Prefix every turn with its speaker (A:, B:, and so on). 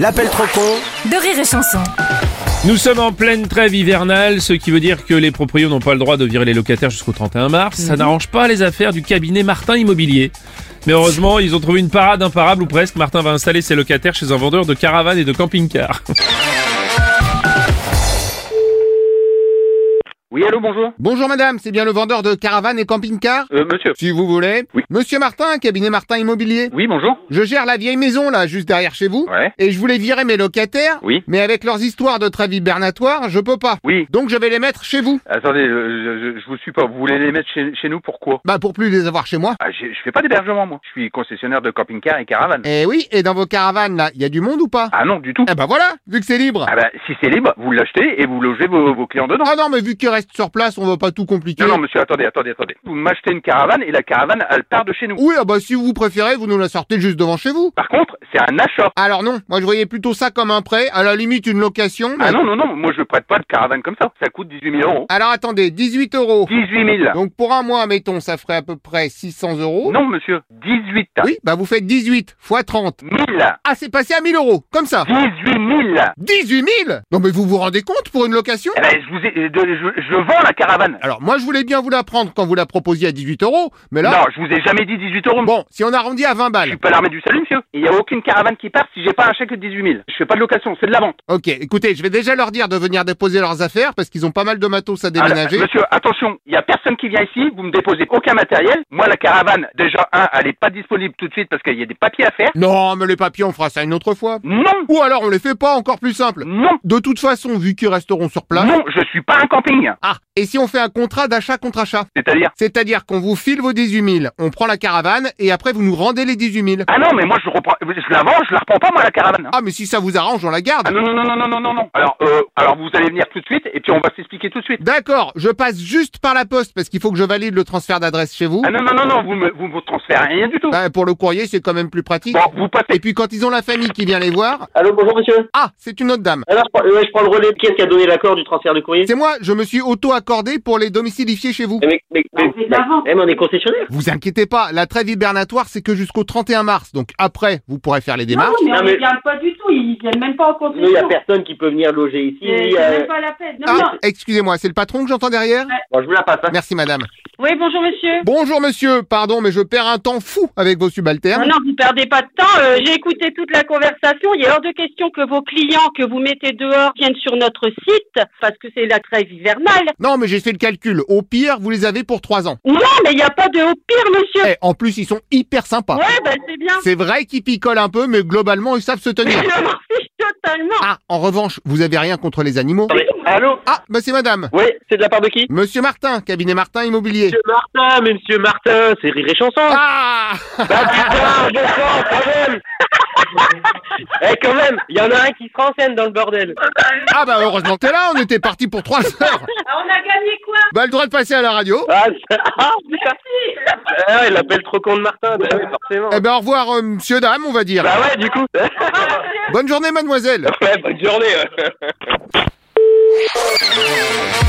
A: L'appel trop con
B: de rire et chanson.
C: Nous sommes en pleine trêve hivernale, ce qui veut dire que les proprios n'ont pas le droit de virer les locataires jusqu'au 31 mars. Ça n'arrange pas les affaires du cabinet Martin Immobilier. Mais heureusement, ils ont trouvé une parade imparable ou presque. Martin va installer ses locataires chez un vendeur de caravanes et de camping-cars.
D: Oui, allô, bonjour.
E: Bonjour madame, c'est bien le vendeur de caravanes et camping-cars
D: Euh, monsieur.
E: Si vous voulez.
D: Oui.
E: Monsieur Martin, cabinet Martin Immobilier.
D: Oui, bonjour.
E: Je gère la vieille maison là, juste derrière chez vous.
D: Ouais.
E: Et je voulais virer mes locataires.
D: Oui.
E: Mais avec leurs histoires de trêve hibernatoire, je peux pas.
D: Oui.
E: Donc je vais les mettre chez vous.
D: Attendez, je, je, je vous suis pas. Vous voulez les mettre chez, chez nous pourquoi
E: Bah pour plus les avoir chez moi.
D: ah, j'ai- Je fais pas d'hébergement, moi. Je suis concessionnaire de camping-car et caravane.
E: Eh oui, et dans vos caravanes là, il y a du monde ou pas
D: Ah non, du tout.
E: Eh bah voilà, vu que c'est libre.
D: Ah bah, si c'est libre, vous l'achetez et vous logez vos, vos clients dedans.
E: Ah non, mais vu qu'ils restent sur place, on va pas tout compliquer.
D: Non, non, monsieur, attendez, attendez, attendez. Vous m'achetez une caravane et la caravane, elle part de chez nous.
E: Oui, ah bah si vous préférez, vous nous la sortez juste devant chez vous.
D: Par contre, c'est un achat.
E: Alors non, moi je voyais plutôt ça comme un prêt, à la limite une location. mais-
D: Ah non, non, non, moi je prête pas de caravane comme ça. Ça coûte 18 000 euros.
E: Alors attendez, 18 euros.
D: 18 000
E: Donc pour un mois, mettons, ça ferait à peu près 600 euros.
D: Ah. Non, monsieur, 18
E: Oui, bah vous faites 18 fois 30.
D: 000
E: Ah, c'est passé à 1000 euros, comme ça.
D: 18 000
E: 18 000 Non mais vous vous rendez compte pour une location
D: Eh ben, je vous ai, je- je vends la caravane.
E: Alors moi je voulais bien vous la prendre quand vous la proposiez à 18 euros, mais là...
D: Non, je vous ai jamais dit 18 euros.
E: Bon, si on arrondit à
D: Je
E: 20
D: suis
E: balles.
D: pas l'armée du salut, monsieur. Il n'y a aucune caravane qui part si j'ai pas un chèque de 18 000. Je fais pas de location, c'est de la vente.
E: Ok, écoutez, je vais déjà leur dire de venir déposer leurs affaires parce qu'ils ont pas mal de matos à déménager.
D: Alors, monsieur, attention, il y a personne qui vient ici, vous me déposez aucun matériel. Moi, la caravane, déjà, un, elle est pas disponible tout de suite parce qu'il y a des papiers à faire.
E: Non, mais les papiers, on fera ça une autre fois.
D: Non,
E: Ou alors on les fait pas, encore plus simple.
D: non,
E: De toute façon, vu qu'ils resteront sur place...
D: non, je suis pas un camping.
E: Ah, et si on fait un contrat d'achat contre achat
D: C'est-à-dire
E: C'est-à-dire qu'on vous file vos 18 000, on prend la caravane et après vous nous rendez les 18 000.
D: Ah non, mais moi, je reprends, je la vends, je la reprends pas, moi, la caravane. hein.
E: Ah mais si ça vous arrange, on la
D: Ah
E: garde.
D: non, non, non, non, non, non, non, non. Alors, euh, alors vous allez venir tout de suite et puis on va s'expliquer tout de suite.
E: D'accord, je passe juste par la poste parce qu'il faut que je valide le transfert d'adresse chez vous.
D: Ah non, non, non, non, vous me, vous me transférez rien du tout.
E: Bah, pour le courrier, c'est quand même plus pratique.
D: Bon, vous passez.
E: Et puis quand ils ont la famille qui vient les voir,
F: Allô, bonjour monsieur.
E: ah, c'est une autre dame.
F: Alors, je prends, ouais, je prends le relais. Qui est-ce qui a donné l'accord du transfert du courrier
E: C'est moi, je me suis auto-accordé pour les domicilifier chez vous.
F: Eh, mais, mais,
G: Ah,
F: mais, mais- eh, mais on est concessionnaire.
E: Vous inquiétez pas, la trêve hibernatoire, c'est que jusqu'au 31 mars. Donc après, vous pourrez faire les démarches.
G: Non, mais
F: Non,
G: on
F: mais-
G: ne vient pas du tout, ils viennent même pas en
F: Nous, il n'y a
G: concession.
F: personne qui peut venir loger ici.
G: C'est
F: ni,
G: c'est
F: euh,
G: même pas la peine. Non,
E: Ah,
G: non.
E: excusez-moi, c'est le patron que j'entends derrière
F: Bon, je vous la passe. Hein.
E: Merci madame.
G: Oui, bonjour monsieur.
E: Bonjour monsieur, pardon, mais je perds un temps fou avec vos
G: Non,
E: subalternes.
G: non, vous perdez pas de temps. euh, J'ai écouté toute la conversation. Il est hors de question que vos clients que vous mettez dehors viennent sur notre site parce que c'est la trêve hivernale.
E: Non, mais j'ai fait le calcul. Au pire, vous les avez pour 3 ans.
G: Non, mais il n'y a pas de au pire, monsieur.
E: Eh, en plus, ils sont hyper sympas.
G: Ouais, bah c'est bien.
E: Eh. C'est vrai qu'ils picolent un peu, mais globalement, ils savent se tenir.
G: Je m'en fiche totalement.
E: Ah, en revanche, vous avez rien contre les animaux
F: Attendez. Allô
E: Ah, bah c'est madame.
F: Oui, c'est de la part de qui
E: Monsieur Martin, cabinet Martin Immobilier.
F: Monsieur Martin, mais monsieur Martin, c'est rire et chanson.
E: Ah
F: Bah putain, je sens quand même Eh, quand même, il y en a un qui se renseigne dans le bordel.
E: Ah bah heureusement que t'es là, on était parti pour 3 heures.
G: Ah, on a gagné quoi
E: Bah le droit de passer à la radio.
F: Ah, ça... ah,
G: Merci.
F: ah, il appelle trop con de Martin, bah, oui, forcément.
E: Eh ben au revoir, euh, monsieur, dame, on va dire.
F: Bah ouais, du coup.
E: Bonne journée, mademoiselle.
D: hein.
F: ouais, bonne journée. ouais.